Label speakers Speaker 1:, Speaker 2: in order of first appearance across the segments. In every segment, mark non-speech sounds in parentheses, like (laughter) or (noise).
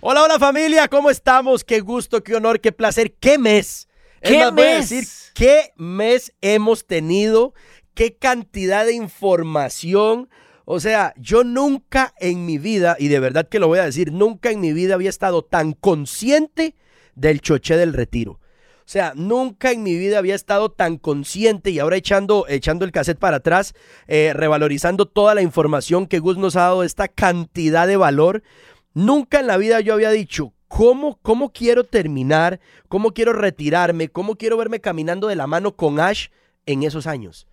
Speaker 1: Hola, hola familia, ¿cómo estamos? Qué gusto, qué honor, qué placer, qué mes. Es
Speaker 2: ¿Qué
Speaker 1: más, voy a
Speaker 2: mes?
Speaker 1: decir qué mes hemos tenido, qué cantidad de información. O sea, yo nunca en mi vida, y de verdad que lo voy a decir, nunca en mi vida había estado tan consciente del choché del retiro. O sea, nunca en mi vida había estado tan consciente y ahora echando, echando el cassette para atrás, eh, revalorizando toda la información que Gus nos ha dado, esta cantidad de valor. Nunca en la vida yo había dicho, ¿cómo, cómo quiero terminar? ¿Cómo quiero retirarme? ¿Cómo quiero verme caminando de la mano con Ash en esos años?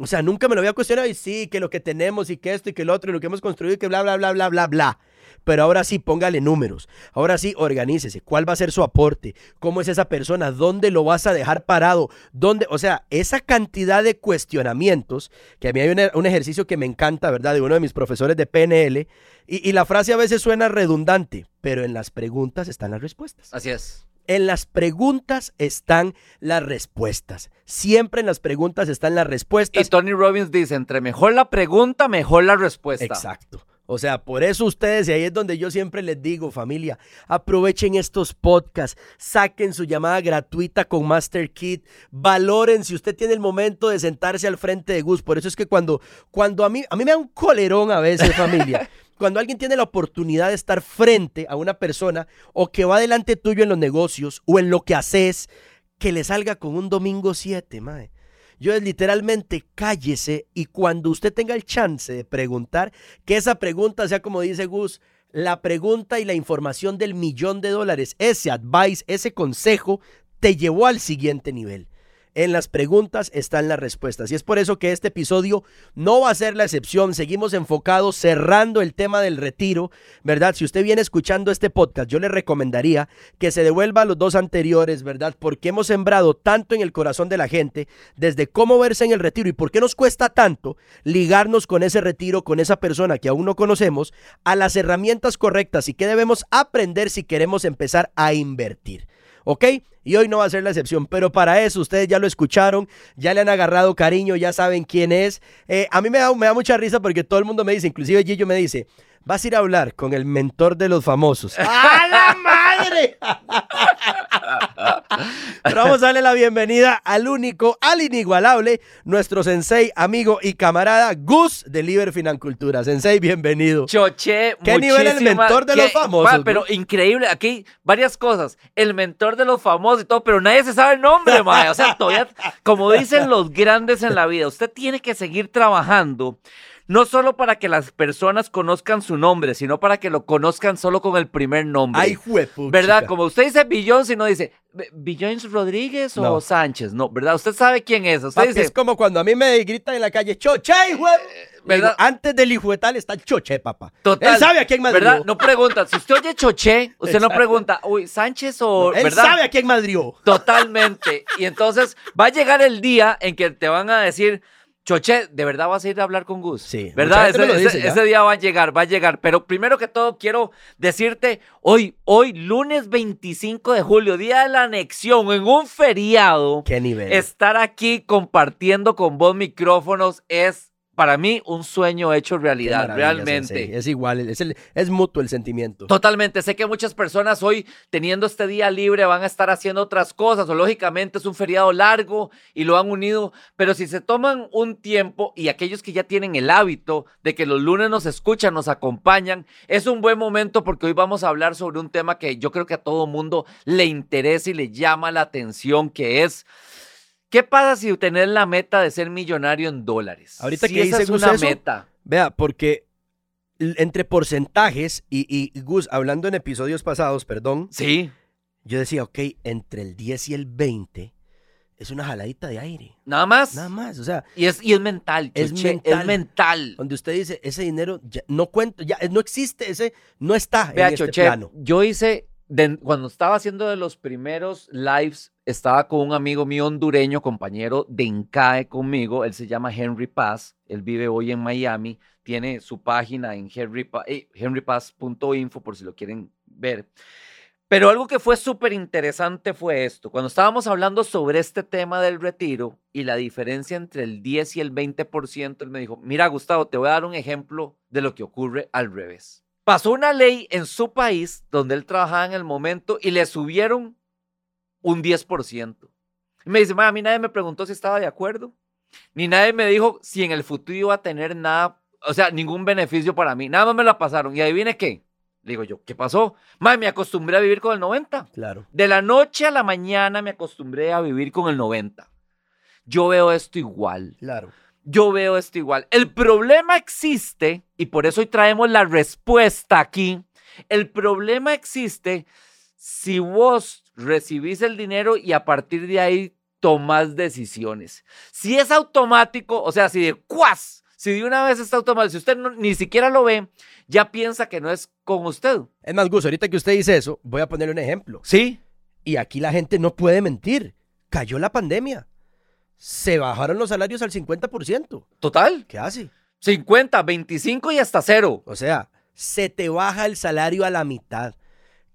Speaker 1: O sea, nunca me lo había cuestionado y sí, que lo que tenemos y que esto y que lo otro y lo que hemos construido y que bla, bla, bla, bla, bla, bla. Pero ahora sí, póngale números. Ahora sí, organícese. ¿Cuál va a ser su aporte? ¿Cómo es esa persona? ¿Dónde lo vas a dejar parado? ¿Dónde? O sea, esa cantidad de cuestionamientos, que a mí hay un, un ejercicio que me encanta, ¿verdad? De uno de mis profesores de PNL. Y, y la frase a veces suena redundante, pero en las preguntas están las respuestas.
Speaker 2: Así es.
Speaker 1: En las preguntas están las respuestas. Siempre en las preguntas están las
Speaker 2: Y
Speaker 1: respuestas.
Speaker 2: Tony Robbins dice, entre mejor la pregunta, mejor la respuesta.
Speaker 1: Exacto. O sea, por eso ustedes, y ahí es donde yo siempre les digo, familia, aprovechen estos podcasts, saquen su llamada gratuita con Master Kit, valoren si usted tiene el momento de sentarse al frente de Gus. Por eso es que cuando, cuando a mí, a mí me da un colerón a veces, familia. Cuando alguien tiene la oportunidad de estar frente a una persona o que va delante tuyo en los negocios o en lo que haces, que le salga con un domingo 7, mae. Yo es literalmente cállese y cuando usted tenga el chance de preguntar, que esa pregunta sea como dice Gus, la pregunta y la información del millón de dólares, ese advice, ese consejo, te llevó al siguiente nivel. En las preguntas están las respuestas. Y es por eso que este episodio no va a ser la excepción. Seguimos enfocados, cerrando el tema del retiro, ¿verdad? Si usted viene escuchando este podcast, yo le recomendaría que se devuelva a los dos anteriores, ¿verdad? Porque hemos sembrado tanto en el corazón de la gente, desde cómo verse en el retiro y por qué nos cuesta tanto ligarnos con ese retiro, con esa persona que aún no conocemos, a las herramientas correctas y qué debemos aprender si queremos empezar a invertir. ¿ok? Y hoy no va a ser la excepción, pero para eso ustedes ya lo escucharon, ya le han agarrado cariño, ya saben quién es. Eh, a mí me da, me da mucha risa porque todo el mundo me dice, inclusive Gillo me dice, vas a ir a hablar con el mentor de los famosos. (laughs) ¡A la madre! (laughs) Pero vamos a darle la bienvenida al único, al inigualable, nuestro sensei, amigo y camarada Gus de Liber Financultura. Sensei, bienvenido.
Speaker 2: Choché,
Speaker 1: ¿Qué nivel el
Speaker 2: muchísimas-
Speaker 1: mentor de
Speaker 2: qué-
Speaker 1: los famosos,
Speaker 2: Ma, pero
Speaker 1: güey?
Speaker 2: increíble, aquí varias cosas. El mentor de los famosos y todo, pero nadie se sabe el nombre, mae. O sea, todavía, como dicen los grandes en la vida, usted tiene que seguir trabajando. No solo para que las personas conozcan su nombre, sino para que lo conozcan solo con el primer nombre.
Speaker 1: Ay, juepu,
Speaker 2: ¿Verdad?
Speaker 1: chica.
Speaker 2: Como usted dice Billions y no dice "B- Billions Rodríguez o
Speaker 1: No.
Speaker 2: Sánchez, no, ¿verdad? Usted sabe quién es. Usted
Speaker 1: Papi,
Speaker 2: dice,
Speaker 1: es como cuando a mí me gritan en la calle, choche, hijo. de-".
Speaker 2: Eh, ¿verdad?
Speaker 1: Digo, Antes del hijo de tal está el choche, papá.
Speaker 2: Total.
Speaker 1: Él sabe a quién madrió.
Speaker 2: ¿Verdad? No pregunta. Si usted oye Choché, usted no pregunta, uy, Sánchez o.
Speaker 1: Él
Speaker 2: ¿verdad?
Speaker 1: sabe a quién madrió.
Speaker 2: Totalmente. Y entonces va a llegar el día en que te van a decir. Choché, ¿de verdad vas a ir a hablar con Gus?
Speaker 1: Sí, mucha
Speaker 2: ¿Verdad?
Speaker 1: gente
Speaker 2: Ese,
Speaker 1: me lo
Speaker 2: ese-
Speaker 1: dice ya.
Speaker 2: ese día va a llegar, va a llegar. Pero primero que todo, quiero decirte, hoy, hoy, lunes 25 de julio, día de la anexión, en un feriado,
Speaker 1: ¿Qué nivel?
Speaker 2: estar aquí compartiendo con vos micrófonos es para mí un sueño hecho
Speaker 1: Qué
Speaker 2: realidad,
Speaker 1: maravilla,
Speaker 2: realmente.
Speaker 1: sensei. Es igual, es, el- es mutuo el sentimiento.
Speaker 2: Totalmente, sé que muchas personas hoy teniendo este día libre van a estar haciendo otras cosas o lógicamente es un feriado largo y lo han unido, pero si se toman un tiempo y aquellos que ya tienen el hábito de que los lunes nos escuchan, nos acompañan, es un buen momento porque hoy vamos a hablar sobre un tema que yo creo que a todo mundo le interesa y le llama la atención, que es... ¿Qué pasa si tenés la meta de ser millonario en dólares?
Speaker 1: Ahorita
Speaker 2: Si
Speaker 1: que
Speaker 2: esa
Speaker 1: dice
Speaker 2: es
Speaker 1: Gus
Speaker 2: una
Speaker 1: eso,
Speaker 2: meta.
Speaker 1: Vea, porque l- entre porcentajes y, y Gus, hablando en episodios pasados, perdón,
Speaker 2: Sí.
Speaker 1: yo decía, ok, entre el 10 y el 20 es una jaladita de aire.
Speaker 2: Nada más.
Speaker 1: Nada más, o sea,
Speaker 2: Y es, y es mental,
Speaker 1: Es
Speaker 2: chuche,
Speaker 1: mental.
Speaker 2: Es mental.
Speaker 1: donde usted dice, ese dinero ya no cuento, ya no existe, ese no está
Speaker 2: Vea,
Speaker 1: en este
Speaker 2: Choche,
Speaker 1: plano.
Speaker 2: yo hice, de- cuando estaba haciendo de los primeros lives, estaba con un amigo mío hondureño, compañero de INCAE conmigo, él se llama Henry Paz, él vive hoy en Miami, tiene su página en Henry Pa- eh, henrypaz.info por si lo quieren ver. Pero algo que fue súper interesante fue esto. Cuando estábamos hablando sobre este tema del retiro y la diferencia entre el 10 y el 20%, él me dijo, mira Gustavo, te voy a dar un ejemplo de lo que ocurre al revés. Pasó una ley en su país donde él trabajaba en el momento y le subieron un 10%. Y me dice, "Ma, a mí nadie me preguntó si estaba de acuerdo, ni nadie me dijo si en el futuro iba a tener nada, o sea, ningún beneficio para mí. Nada más me la pasaron. ¿Y adivine qué? Le digo yo, ¿qué pasó? Ma, me acostumbré a vivir con el 90.
Speaker 1: Claro.
Speaker 2: De la noche a la mañana me acostumbré a vivir con el 90. Yo veo esto igual.
Speaker 1: Claro.
Speaker 2: Yo veo esto igual. El problema existe, y por eso hoy traemos la respuesta aquí. El problema existe si vos recibís el dinero y a partir de ahí tomás decisiones. Si es automático, o sea, si de cuas, si de una vez está automático, si usted no- ni siquiera lo ve, ya piensa que no es con usted.
Speaker 1: Es más, Gus, ahorita que usted dice eso, voy a ponerle un ejemplo.
Speaker 2: Sí,
Speaker 1: Y aquí la gente no puede mentir. Cayó la pandemia. Se bajaron los salarios al 50%.
Speaker 2: total.
Speaker 1: ¿Qué hace?
Speaker 2: 50, 25 y hasta cero.
Speaker 1: O sea, se te baja el salario a la mitad.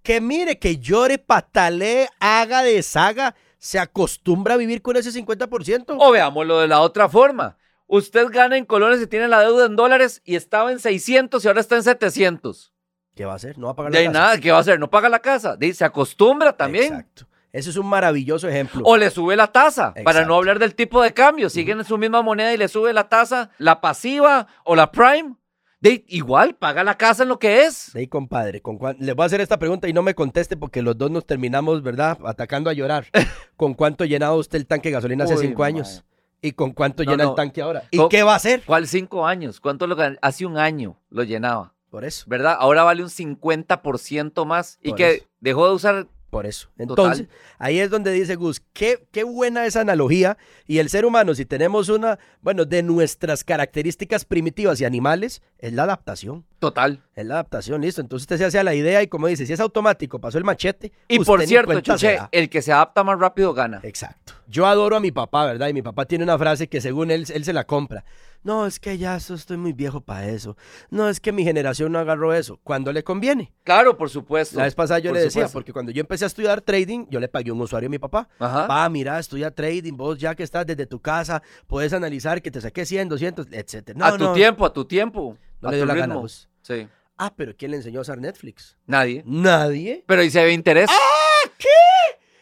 Speaker 1: Que mire, que llore, patalee, haga, deshaga. Se acostumbra a vivir con ese 50%.
Speaker 2: O veámoslo de la otra forma. Usted gana en colones y tiene la deuda en dólares y estaba en 600 y ahora está en 700.
Speaker 1: ¿Qué va a hacer? No va a pagar
Speaker 2: De
Speaker 1: la
Speaker 2: ahí
Speaker 1: casa.
Speaker 2: nada, ¿qué va a hacer? No paga la casa. De ahí se acostumbra también.
Speaker 1: Exacto. Ese es un maravilloso ejemplo.
Speaker 2: O le sube la tasa, para
Speaker 1: Exacto.
Speaker 2: no hablar del tipo de cambio. Siguen en su misma moneda y le sube la tasa, la pasiva o la prime. De ahí, igual, paga la casa en lo que es.
Speaker 1: De ahí, compadre, ¿con cuán- les voy a hacer esta pregunta y no me conteste porque los dos nos terminamos, ¿verdad? Atacando a llorar. (laughs) ¿Con cuánto llenaba usted el tanque de gasolina hace
Speaker 2: Uy,
Speaker 1: cinco años? ¿Y con cuánto
Speaker 2: No,
Speaker 1: llena el
Speaker 2: no.
Speaker 1: tanque ahora? ¿Y
Speaker 2: Co-
Speaker 1: qué va a hacer?
Speaker 2: ¿Cuál cinco años? ¿Cuánto lo gan- Hace un año lo llenaba,
Speaker 1: Por eso,
Speaker 2: ¿verdad? Ahora vale un 50% más y
Speaker 1: Por
Speaker 2: que
Speaker 1: eso.
Speaker 2: dejó de usar
Speaker 1: por eso.
Speaker 2: Total.
Speaker 1: Entonces, ahí es donde dice Gus, qué, qué buena esa analogía. Y el ser humano, si tenemos una, bueno, de nuestras características primitivas y animales, es la adaptación.
Speaker 2: total.
Speaker 1: Es la adaptación, listo. Entonces usted se hace a la idea y como dice, si es automático, pasó el machete.
Speaker 2: Y
Speaker 1: usted
Speaker 2: por
Speaker 1: ni
Speaker 2: cierto,
Speaker 1: cuenta se
Speaker 2: Chuche,
Speaker 1: da. Eh,
Speaker 2: el que se adapta más rápido gana.
Speaker 1: Exacto. Yo adoro a mi papá, ¿verdad? Y mi papá tiene una frase que según él, él se la compra. No, es que ya so- estoy muy viejo para eso. No, es que mi generación no agarró eso. Cuando le conviene.
Speaker 2: Claro, por supuesto.
Speaker 1: La vez pasada yo
Speaker 2: Por
Speaker 1: le decía,
Speaker 2: supuesto.
Speaker 1: porque cuando yo empecé a estudiar trading, yo le pagué un usuario a mi papá.
Speaker 2: Ajá.
Speaker 1: Pa, mira, estudia trading, vos ya que estás desde tu casa, puedes analizar que te saqué 100, 200, etcétera. No,
Speaker 2: a tu
Speaker 1: no,
Speaker 2: tiempo, a tu tiempo.
Speaker 1: no
Speaker 2: a
Speaker 1: le dio
Speaker 2: tu
Speaker 1: la
Speaker 2: ritmo.
Speaker 1: gana, Gus.
Speaker 2: Sí.
Speaker 1: Ah, pero ¿quién le enseñó a usar Netflix?
Speaker 2: Nadie.
Speaker 1: Nadie.
Speaker 2: Pero ahí se ve interés.
Speaker 1: ¡Ah!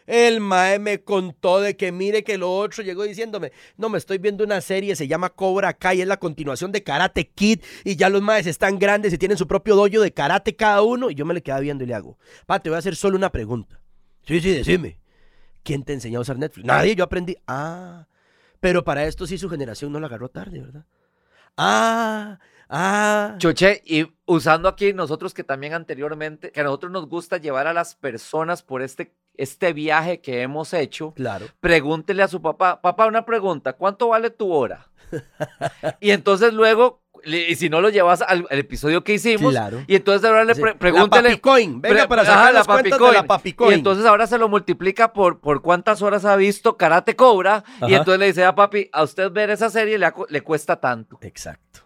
Speaker 1: El mae me contó de que mire que lo otro llegó diciéndome, no, me estoy viendo una serie, se llama Cobra Kai, es la continuación de Karate Kid y ya los maes están grandes y tienen su propio dojo de karate cada uno y yo me le quedaba viendo y le hago, pa, te voy a hacer solo una pregunta. Sí, sí, decime. ¿Quién te enseñó a usar Netflix? Nadie, yo aprendí. Ah, pero para esto sí su generación no la agarró tarde, ¿verdad? Ah, ah.
Speaker 2: Choche, y usando aquí nosotros que también anteriormente, que a nosotros nos gusta llevar a las personas por este, este viaje que hemos hecho,
Speaker 1: Claro.
Speaker 2: pregúntele a su papá, papá, una pregunta, ¿cuánto vale
Speaker 1: (laughs)
Speaker 2: tu hora? y entonces luego, le- y si no lo llevas al, al episodio que hicimos,
Speaker 1: Claro.
Speaker 2: y entonces ahora le
Speaker 1: Sí.
Speaker 2: pre-
Speaker 1: La
Speaker 2: pregúntele,
Speaker 1: Papicoin, venga
Speaker 2: Pre-
Speaker 1: para
Speaker 2: ajá,
Speaker 1: sacar las cuentas de la Papicoin.
Speaker 2: Y entonces ahora se lo multiplica por, por cuántas horas ha visto Karate Cobra.
Speaker 1: Ajá.
Speaker 2: Y entonces le dice a papi, a usted ver esa serie le, ha cu- le cuesta tanto.
Speaker 1: Exacto.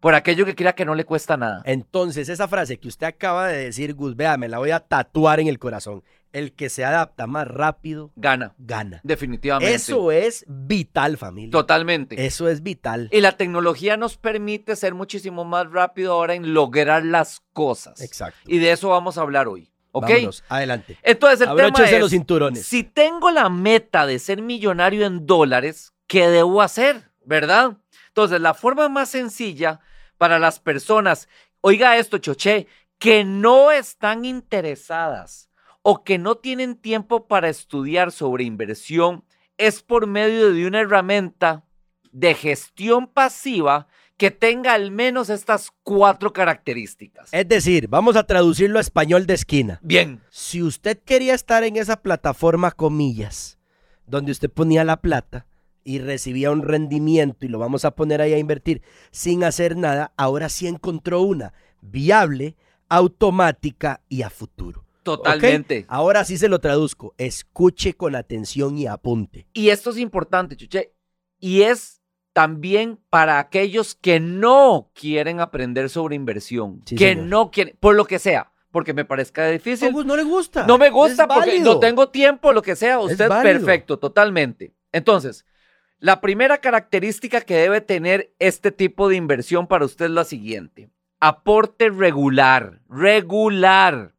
Speaker 2: por aquello que crea que no le cuesta
Speaker 1: Eh.
Speaker 2: nada.
Speaker 1: Entonces, esa frase que usted acaba de decir, Gus, vea, me la voy a tatuar en el corazón. El que se adapta más rápido,
Speaker 2: Gana,
Speaker 1: gana.
Speaker 2: definitivamente.
Speaker 1: Eso es Eh. vital, familia.
Speaker 2: Totalmente.
Speaker 1: Eso es vital.
Speaker 2: Y la tecnología nos permite ser muchísimo más rápido ahora en lograr las cosas.
Speaker 1: Exacto.
Speaker 2: Y de eso vamos a hablar hoy. ¿Ok?
Speaker 1: Vámonos, adelante.
Speaker 2: Entonces el tema
Speaker 1: Abróchense
Speaker 2: es,
Speaker 1: los cinturones.
Speaker 2: si tengo la meta de ser millonario en dólares, ¿qué debo hacer? ¿Verdad? Entonces, la forma más sencilla para las personas, oiga esto, Choché, que no están interesadas o que no tienen tiempo para estudiar sobre inversión, es por medio de una herramienta de gestión pasiva que tenga al menos estas cuatro características.
Speaker 1: Es decir, vamos a traducirlo a español de esquina.
Speaker 2: Bien.
Speaker 1: Si usted quería estar en esa plataforma, comillas, donde usted ponía la plata y recibía un rendimiento y lo vamos a poner ahí a invertir sin hacer nada, ahora sí encontró una viable, automática y a futuro. ¿ok?
Speaker 2: Totalmente.
Speaker 1: Ahora sí se lo traduzco. Escuche con atención y apunte.
Speaker 2: Y esto es importante, Chuche. Y es también para aquellos que no quieren aprender sobre inversión.
Speaker 1: Sí,
Speaker 2: que
Speaker 1: señor.
Speaker 2: no quieren, por lo que sea, porque me parezca difícil.
Speaker 1: Gus, no le gusta.
Speaker 2: No me gusta
Speaker 1: Es
Speaker 2: porque
Speaker 1: válido.
Speaker 2: no tengo tiempo, lo que sea. Usted
Speaker 1: válido.
Speaker 2: perfecto, totalmente. Entonces, la primera característica que debe tener este tipo de inversión para usted es la siguiente. Aporte regular, regular.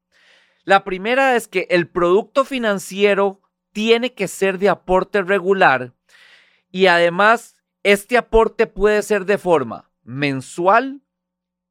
Speaker 2: La primera es que el producto financiero tiene que ser de aporte regular y además este aporte puede ser de forma mensual,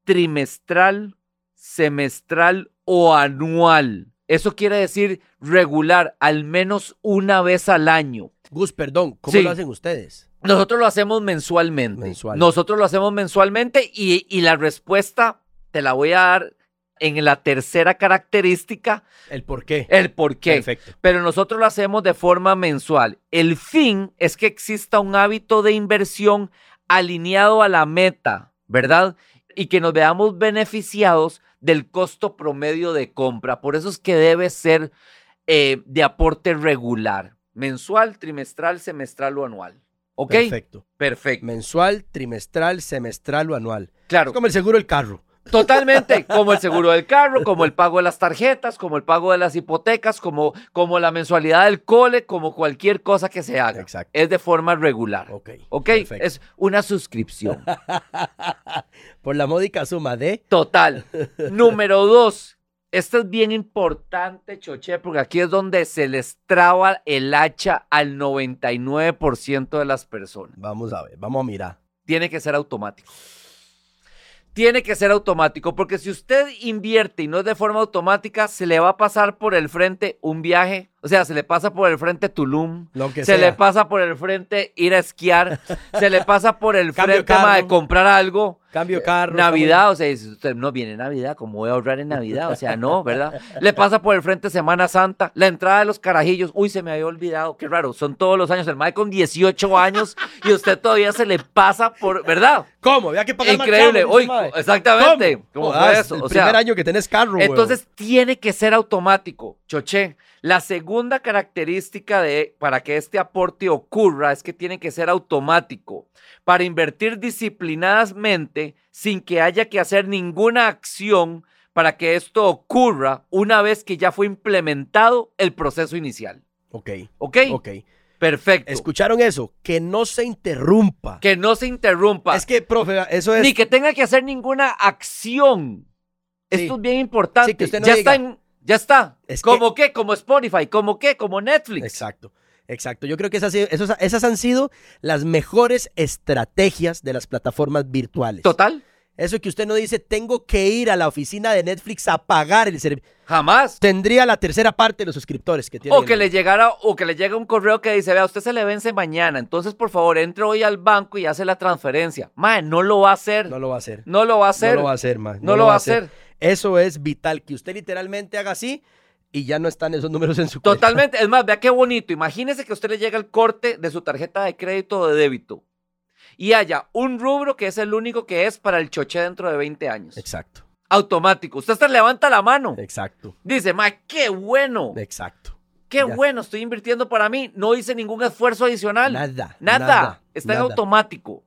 Speaker 2: trimestral, semestral o anual. Eso quiere decir regular, al menos una vez al año.
Speaker 1: Gus, perdón, ¿cómo
Speaker 2: Sí.
Speaker 1: lo hacen ustedes?
Speaker 2: Nosotros lo hacemos mensualmente.
Speaker 1: Mensual.
Speaker 2: Nosotros lo hacemos mensualmente y, y la respuesta te la voy a dar en la tercera característica,
Speaker 1: El por qué.
Speaker 2: el por qué.
Speaker 1: Perfecto.
Speaker 2: Pero nosotros lo hacemos de forma mensual. El fin es que exista un hábito de inversión alineado a la meta, ¿verdad? Y que nos veamos beneficiados del costo promedio de compra. Por eso es que debe ser eh, de aporte regular, mensual, trimestral, semestral o anual. ¿Ok? Perfecto.
Speaker 1: Perfecto. Mensual, trimestral, semestral o anual.
Speaker 2: Claro.
Speaker 1: Es como el seguro del carro.
Speaker 2: Totalmente, como el seguro del carro, como el pago de las tarjetas, como el pago de las hipotecas, como, como la mensualidad del cole, como cualquier cosa que se haga.
Speaker 1: Exacto.
Speaker 2: Es de forma regular.
Speaker 1: Ok.
Speaker 2: ¿Ok?
Speaker 1: perfecto.
Speaker 2: Es una suscripción.
Speaker 1: Por la módica suma de.
Speaker 2: Total. Número dos. Esto es bien importante, Choche, porque aquí es donde se les traba el hacha al 99% de las personas.
Speaker 1: Vamos a ver, vamos a mirar.
Speaker 2: Tiene que ser automático. Tiene que ser automático, porque si usted invierte y no es de forma automática, se le va a pasar por el frente un viaje, o sea, se le pasa por el frente Tulum,
Speaker 1: Lo que sea.
Speaker 2: se le pasa por el frente ir a esquiar, se le pasa por
Speaker 1: (laughs)
Speaker 2: el
Speaker 1: Cambio
Speaker 2: frente ma, de
Speaker 1: carro.
Speaker 2: comprar algo.
Speaker 1: Cambio de carro.
Speaker 2: Eh, Navidad, o sea, dice usted, no viene Navidad, ¿cómo voy a ahorrar en Navidad? O sea, no, ¿verdad? Le pasa por el frente Semana Santa, la entrada de los carajillos, uy, se me había olvidado, qué raro, son todos los años, el mae con 18 años y usted todavía se le pasa por, ¿verdad?
Speaker 1: estamos- ¿Cómo? Había que pagar más
Speaker 2: Increíble,
Speaker 1: chavo,
Speaker 2: hoy,
Speaker 1: dice, madre.
Speaker 2: exactamente,
Speaker 1: ¿Cómo?
Speaker 2: ¿cómo
Speaker 1: Jodas,
Speaker 2: fue eso?
Speaker 1: El
Speaker 2: O sea,
Speaker 1: primer año que tenés carro, huevón.
Speaker 2: entonces tiene que ser automático, choché. La segunda característica de para que este aporte ocurra es que tiene que ser automático. Para invertir disciplinadamente sin que haya que hacer ninguna acción para que esto ocurra una vez que ya fue implementado el proceso inicial.
Speaker 1: Ok,
Speaker 2: ¿Ok?
Speaker 1: ok.
Speaker 2: Perfecto.
Speaker 1: ¿Escucharon eso? Que no se interrumpa.
Speaker 2: que no se interrumpa.
Speaker 1: Es que, profe, eso es.
Speaker 2: Ni que tenga que hacer ninguna acción.
Speaker 1: Sí.
Speaker 2: Esto es bien importante.
Speaker 1: Sí, que usted no
Speaker 2: ya
Speaker 1: diga.
Speaker 2: está en- ya está.
Speaker 1: Es que-
Speaker 2: como qué? Como Spotify, como qué? Como Netflix.
Speaker 1: Exacto, exacto. Yo creo que esas, esas- esas han sido las mejores estrategias de las plataformas virtuales.
Speaker 2: Total.
Speaker 1: Eso que usted no dice, tengo que ir a la oficina de Netflix a pagar el servicio.
Speaker 2: Jamás.
Speaker 1: Tendría la tercera parte de los suscriptores que tienen.
Speaker 2: O que le llegara, o que le llegue un correo que dice, vea, usted se le vence mañana. Entonces, por favor, entre hoy al banco y hace la transferencia. Mae, no lo va a hacer.
Speaker 1: No lo va a hacer.
Speaker 2: No lo va a hacer.
Speaker 1: No lo va a hacer, man.
Speaker 2: No lo va a hacer.
Speaker 1: Eso es vital, que usted literalmente haga así y ya no están esos números en su cuenta.
Speaker 2: Totalmente. Es más, vea qué bonito. Imagínese que a usted le llega el corte de su tarjeta de crédito o de débito y haya un rubro que es el único que es para el choche dentro de 20 años.
Speaker 1: Exacto,
Speaker 2: Automático. Usted hasta levanta la mano.
Speaker 1: exacto,
Speaker 2: Dice, ma, qué bueno.
Speaker 1: exacto.
Speaker 2: Qué
Speaker 1: ya.
Speaker 2: bueno, estoy invirtiendo para mí. No hice ningún esfuerzo adicional.
Speaker 1: Nada,
Speaker 2: Nada.
Speaker 1: nada,
Speaker 2: Está en
Speaker 1: nada.
Speaker 2: automático.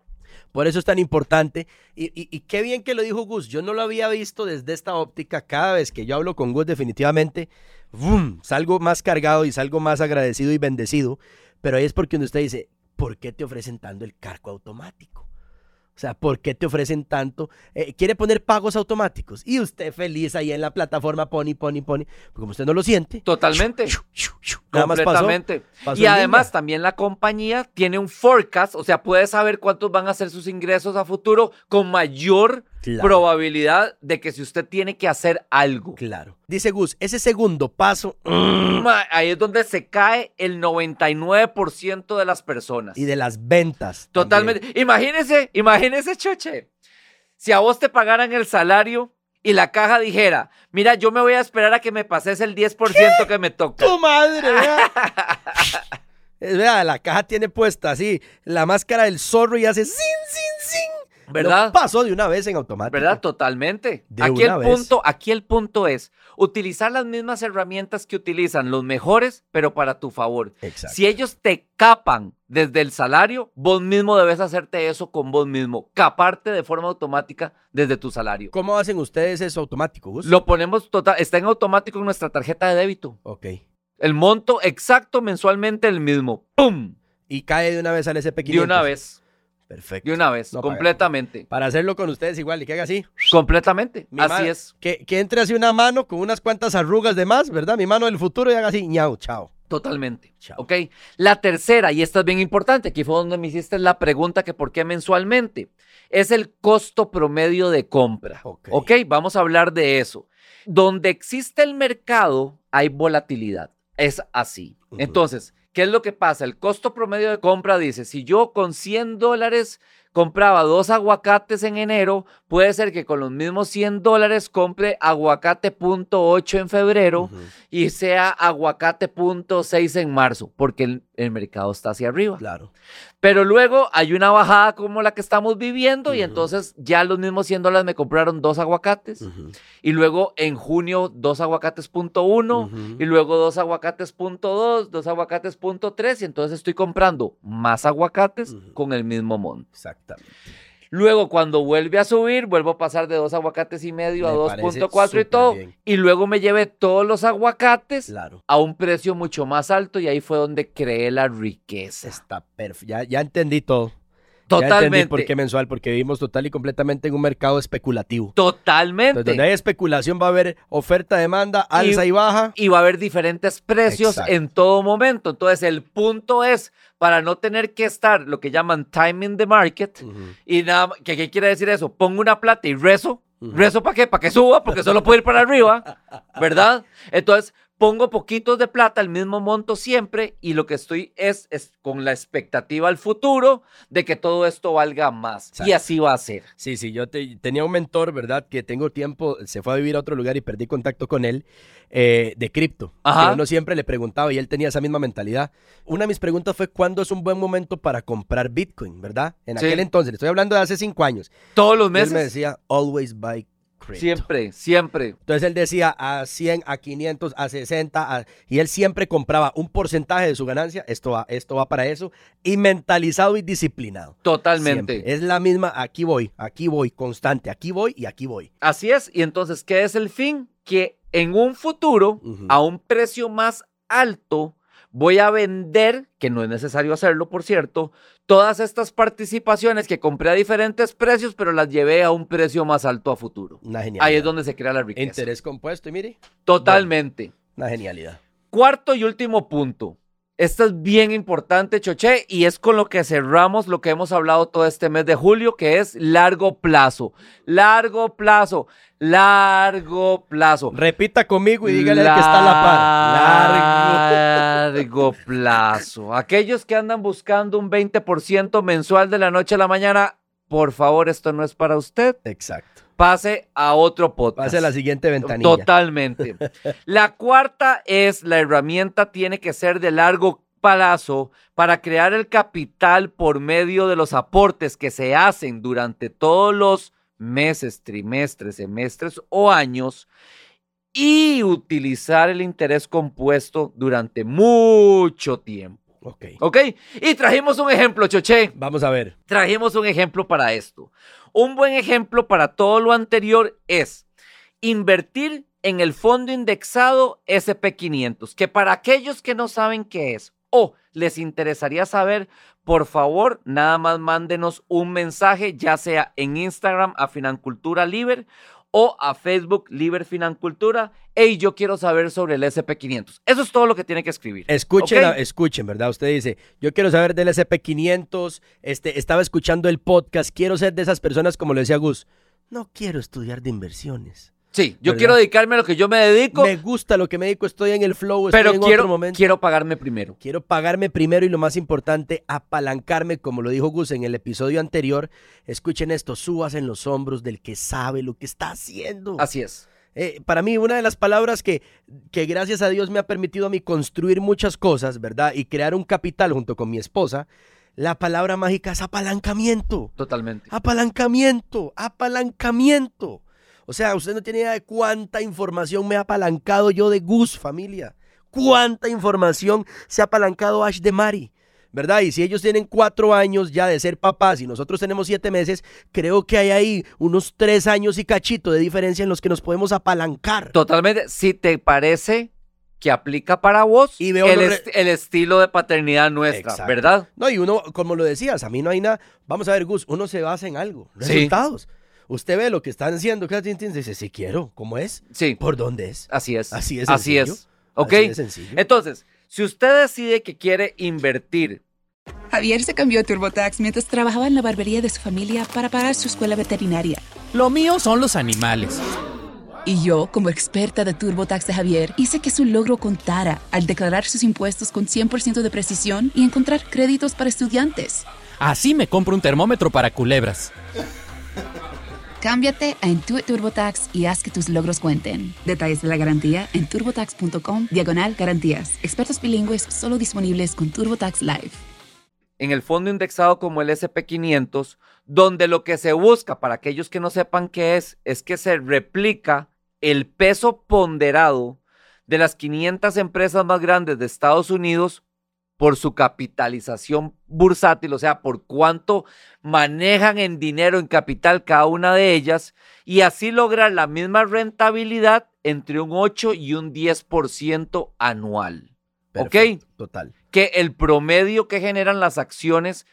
Speaker 1: Por eso es tan importante. Y, y- y qué bien que lo dijo Gus. Yo no lo había visto desde esta óptica. Cada vez que yo hablo con Gus, definitivamente, ¡vum! salgo más cargado y salgo más agradecido y bendecido. Pero ahí es porque usted dice, ¿por qué te ofrecen tanto el cargo automático? O sea, ¿por qué te ofrecen tanto? Eh, quiere poner pagos automáticos. Y usted feliz ahí en la plataforma, pone, pone, pone. Pues Como usted no lo siente.
Speaker 2: Totalmente.
Speaker 1: Nada más pasó,
Speaker 2: completamente.
Speaker 1: pasó
Speaker 2: y
Speaker 1: en
Speaker 2: además
Speaker 1: línea.
Speaker 2: también la compañía tiene un forecast, o sea, puede saber cuántos van a ser sus ingresos a futuro con mayor
Speaker 1: Claro.
Speaker 2: probabilidad de que si usted tiene que hacer algo.
Speaker 1: Claro. Dice Gus, ese segundo paso
Speaker 2: Ma- Ahí es donde se cae el 99% de las personas.
Speaker 1: y de las ventas.
Speaker 2: Totalmente. Imagínese, imagínese, Choche. Si a vos te pagaran el salario y la caja dijera, mira, yo me voy a esperar a que me pases el 10% que me toca.
Speaker 1: ¡Tu madre! Vea. Es- (laughs) vea, la caja tiene puesta así la máscara del zorro y hace sin, sin, sin.
Speaker 2: ¿Verdad?
Speaker 1: pasó de una vez en automático.
Speaker 2: ¿Verdad? Totalmente.
Speaker 1: De
Speaker 2: aquí, el
Speaker 1: una vez.
Speaker 2: punto, aquí el punto es utilizar las mismas herramientas que utilizan los mejores, pero para tu favor.
Speaker 1: Exacto.
Speaker 2: Si ellos te capan desde el salario, vos mismo debes hacerte eso con vos mismo, caparte de forma automática desde tu salario.
Speaker 1: ¿Cómo hacen ustedes eso automático, Gus?
Speaker 2: Lo ponemos total, está en automático en nuestra tarjeta de débito.
Speaker 1: Ok.
Speaker 2: El monto exacto mensualmente el mismo. ¡Pum!
Speaker 1: Y cae de una vez al SP500.
Speaker 2: De una vez,
Speaker 1: Perfecto.
Speaker 2: de una vez,
Speaker 1: No paga.
Speaker 2: completamente.
Speaker 1: Para hacerlo con ustedes igual y que haga así.
Speaker 2: Completamente.
Speaker 1: Mi
Speaker 2: Así
Speaker 1: mano-
Speaker 2: es.
Speaker 1: Que, que entre así una mano con unas cuantas arrugas de más, ¿verdad? Mi mano del futuro y haga así, ñau, chao.
Speaker 2: Totalmente.
Speaker 1: Chao.
Speaker 2: ¿Ok? La tercera, y esta es bien importante, aquí fue donde me hiciste la pregunta que por qué mensualmente, es el costo promedio de compra.
Speaker 1: Ok.
Speaker 2: ¿Ok? Vamos a hablar de eso. Donde existe el mercado, hay volatilidad. Es así.
Speaker 1: Ujú.
Speaker 2: Entonces, ¿qué es lo que pasa? El costo promedio de compra dice, si yo con 100 dólares compraba dos aguacates en enero, puede ser que con los mismos 100 dólares compre aguacate.8 en febrero y sea aguacate.6 en marzo, porque el, el mercado está hacia arriba.
Speaker 1: Claro.
Speaker 2: Pero luego hay una bajada como la que estamos viviendo y
Speaker 1: Ujú.
Speaker 2: entonces ya los mismos 100 dólares me compraron dos aguacates y luego en junio dos aguacates.1
Speaker 1: Ujú.
Speaker 2: y luego dos aguacates.2, dos aguacates.3 y entonces estoy comprando más aguacates
Speaker 1: Ujú.
Speaker 2: con el mismo monto.
Speaker 1: Exactamente.
Speaker 2: Luego cuando vuelve a subir, vuelvo a pasar de dos aguacates y medio
Speaker 1: Me
Speaker 2: a
Speaker 1: parece
Speaker 2: 2.4 y
Speaker 1: súper
Speaker 2: todo
Speaker 1: bien.
Speaker 2: y luego me llevé todos los aguacates
Speaker 1: Claro.
Speaker 2: a un precio mucho más alto y ahí fue donde creé la riqueza.
Speaker 1: Está perfecto. Ya, ya entendí todo. Ya entendí
Speaker 2: Totalmente.
Speaker 1: por qué mensual, porque vivimos total y completamente en un mercado especulativo.
Speaker 2: Totalmente.
Speaker 1: Entonces, donde hay especulación va a haber oferta, demanda, alza y, baja.
Speaker 2: Y va a haber diferentes precios
Speaker 1: Exacto.
Speaker 2: en todo momento. Entonces, el punto es para no tener que estar lo que llaman timing the market. Y nada, ma- ¿qué, qué quiere decir eso? Pongo una plata y rezo.
Speaker 1: Ujú.
Speaker 2: ¿Rezo para qué? Para que suba, porque solo puedo ir para
Speaker 1: (laughs)
Speaker 2: arriba, ¿verdad? Entonces, pongo poquitos de plata, el mismo monto siempre, y lo que estoy es, es con la expectativa al futuro de que todo esto valga más. Y
Speaker 1: Exacto.
Speaker 2: así va a ser.
Speaker 1: Sí, sí, yo te- tenía un mentor, ¿verdad? Que tengo tiempo, se fue a vivir a otro lugar y perdí contacto con él, eh, de cripto.
Speaker 2: Ajá.
Speaker 1: Que uno siempre le preguntaba y él tenía esa misma mentalidad. Una de mis preguntas fue, ¿cuándo es un buen momento para comprar Bitcoin, verdad? En
Speaker 2: Sí.
Speaker 1: aquel entonces, le estoy hablando de hace cinco años.
Speaker 2: Todos
Speaker 1: Y
Speaker 2: los
Speaker 1: Él
Speaker 2: meses.
Speaker 1: me decía, always buy crypto.
Speaker 2: siempre, siempre.
Speaker 1: Entonces él decía a 100, a 500, a 60, a- y él siempre compraba un porcentaje de su ganancia, esto va, esto va para eso, y mentalizado y disciplinado.
Speaker 2: Totalmente.
Speaker 1: Siempre. Es la misma, aquí voy, aquí voy, constante, aquí voy y aquí voy.
Speaker 2: Así es. Y entonces, ¿qué es el fin? Que en un futuro,
Speaker 1: Ujú.
Speaker 2: a un precio más alto, voy a vender, que no es necesario hacerlo, por cierto, todas estas participaciones que compré a diferentes precios, pero las llevé a un precio más alto a futuro.
Speaker 1: Una genialidad.
Speaker 2: Ahí es donde se crea la riqueza.
Speaker 1: Interés compuesto, y mire,
Speaker 2: Totalmente.
Speaker 1: una genialidad.
Speaker 2: Cuarto y último punto. Esto es bien importante, Choche, y es con lo que cerramos lo que hemos hablado todo este mes de julio, que es largo plazo. Largo plazo, largo plazo.
Speaker 1: Repita conmigo y dígale al que está a la par. Largo.
Speaker 2: Largo (laughs) plazo. Aquellos que andan buscando un 20% mensual de la noche a la mañana, por favor, esto no es para usted.
Speaker 1: Exacto.
Speaker 2: Pase a otro podcast.
Speaker 1: Pase a la siguiente ventanilla.
Speaker 2: Totalmente. La cuarta es la herramienta tiene que ser de largo plazo para crear el capital por medio de los aportes que se hacen durante todos los meses, trimestres, semestres o años y utilizar el interés compuesto durante mucho tiempo.
Speaker 1: Ok.
Speaker 2: ¿Ok? Y trajimos un ejemplo, Choche.
Speaker 1: Vamos a ver.
Speaker 2: Trajimos un ejemplo para esto. Un buen ejemplo para todo lo anterior es invertir en el fondo indexado SP500, que para aquellos que no saben qué es o les interesaría saber, por favor, nada más mándenos un mensaje, ya sea en Instagram a Financultura Liber o a Facebook Liber Financultura. Hey, yo quiero saber sobre el SP500. Eso es todo lo que tiene que escribir.
Speaker 1: Escuchen,
Speaker 2: ¿ok?
Speaker 1: a- escuchen, ¿verdad? Usted dice, yo quiero saber del SP500, este, estaba escuchando el podcast, quiero ser de esas personas, como le decía Gus, no quiero estudiar de inversiones.
Speaker 2: Sí, yo
Speaker 1: ¿Verdad?
Speaker 2: quiero dedicarme a lo que yo me dedico,
Speaker 1: Me gusta lo que me dedico, estoy en el flow, estoy
Speaker 2: pero
Speaker 1: en Pues otro
Speaker 2: quiero,
Speaker 1: momento.
Speaker 2: quiero pagarme primero.
Speaker 1: Quiero pagarme primero y lo más importante, apalancarme, como lo dijo Gus en el episodio anterior. Escuchen esto, subas en los hombros del que sabe lo que está haciendo.
Speaker 2: Así es.
Speaker 1: Eh, para mí, una de las palabras que, que gracias a Dios me ha permitido a mí construir muchas cosas, ¿verdad? Y crear un capital junto con mi esposa, la palabra mágica es apalancamiento.
Speaker 2: Totalmente.
Speaker 1: Apalancamiento, apalancamiento. O sea, usted no tiene idea de cuánta información me ha apalancado yo de Gus, familia. Cuánta información se ha apalancado Ash de Mari. ¿Verdad? Y si ellos tienen cuatro años ya de ser papás y nosotros tenemos siete meses, creo que hay ahí unos tres años y cachito de diferencia en los que nos podemos apalancar.
Speaker 2: Totalmente. Si te parece que aplica para vos
Speaker 1: Y veo
Speaker 2: el,
Speaker 1: los re-
Speaker 2: est- el estilo de paternidad nuestra,
Speaker 1: Exacto.
Speaker 2: ¿verdad?
Speaker 1: No, y uno, como lo decías, a mí no hay nada. Vamos a ver, Gus, uno se basa en algo,
Speaker 2: Sí.
Speaker 1: resultados. Usted ve lo que están haciendo, ¿qué hacen? dice, sí quiero, ¿cómo es?
Speaker 2: Sí,
Speaker 1: ¿Por dónde es?
Speaker 2: así es.
Speaker 1: Así es
Speaker 2: Así
Speaker 1: sencillo.
Speaker 2: es. ¿Ok?
Speaker 1: Así de sencillo.
Speaker 2: Entonces, si usted decide que quiere invertir,
Speaker 3: Javier se cambió a TurboTax mientras trabajaba en la barbería de su familia para pagar su escuela veterinaria.
Speaker 4: Lo mío son los animales.
Speaker 3: Y yo, como experta de TurboTax de Javier, hice que su logro contara al declarar sus impuestos con 100% de precisión y encontrar créditos para estudiantes.
Speaker 4: Así me compro un termómetro para culebras.
Speaker 3: Cámbiate a Intuit TurboTax y haz que tus logros cuenten. Detalles de la garantía en turbotax.com diagonal garantías. Expertos bilingües solo disponibles con TurboTax Live.
Speaker 2: en el fondo indexado como el SP500, donde lo que se busca, para aquellos que no sepan qué es, es que se replica el peso ponderado de las 500 empresas más grandes de Estados Unidos por su capitalización bursátil, o sea, por cuánto manejan en dinero, en capital cada una de ellas, y así lograr la misma rentabilidad entre un 8 y un 10% anual. ¿Ok?
Speaker 1: Perfecto, Total.
Speaker 2: que el promedio que generan las acciones